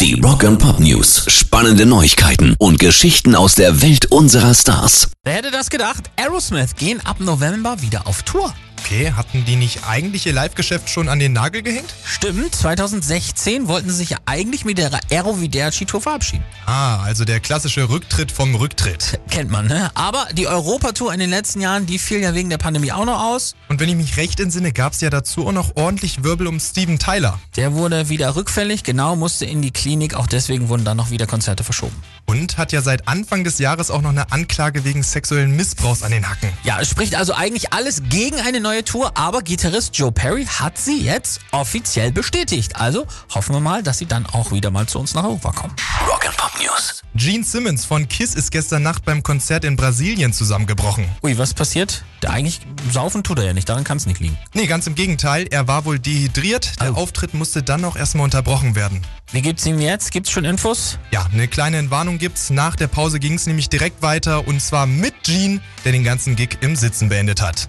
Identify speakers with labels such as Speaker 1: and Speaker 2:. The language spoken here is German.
Speaker 1: Die Rock and Pop News. Spannende Neuigkeiten und Geschichten aus der Welt unserer Stars.
Speaker 2: Wer hätte das gedacht? Aerosmith gehen ab November wieder auf Tour.
Speaker 3: Okay, hatten die nicht eigentlich ihr Live-Geschäft schon an den Nagel gehängt?
Speaker 2: Stimmt, 2016 wollten sie sich ja eigentlich mit der Aeroviderci-Tour verabschieden.
Speaker 3: Ah, also der klassische Rücktritt vom Rücktritt.
Speaker 2: Kennt man, ne? Aber die Europatour in den letzten Jahren, die fiel ja wegen der Pandemie auch noch aus.
Speaker 3: Und wenn ich mich recht entsinne, gab es ja dazu auch noch ordentlich Wirbel um Steven Tyler.
Speaker 2: Der wurde wieder rückfällig, genau, musste in die Klinik. Auch deswegen wurden dann noch wieder Konzerte verschoben.
Speaker 3: Und hat ja seit Anfang des Jahres auch noch eine Anklage wegen sexuellen Missbrauchs an den Hacken.
Speaker 2: Ja, es spricht also eigentlich alles gegen eine neue Tour, aber Gitarrist Joe Perry hat sie jetzt offiziell bestätigt. Also hoffen wir mal, dass sie dann auch wieder mal zu uns nach Europa kommen.
Speaker 1: Rock and Pop News.
Speaker 3: Gene Simmons von Kiss ist gestern Nacht beim Konzert in Brasilien zusammengebrochen.
Speaker 2: Ui, was passiert? Der eigentlich saufen tut er ja nicht, daran kann es nicht liegen.
Speaker 3: Nee, ganz im Gegenteil, er war wohl dehydriert. Der Auftritt musste dann auch erstmal unterbrochen werden.
Speaker 2: Wie geht's ihm jetzt? Gibt's schon Infos?
Speaker 3: Ja, eine kleine Entwarnung gibt's. Nach der Pause ging's nämlich direkt weiter und zwar mit Gene, der den ganzen Gig im Sitzen beendet hat.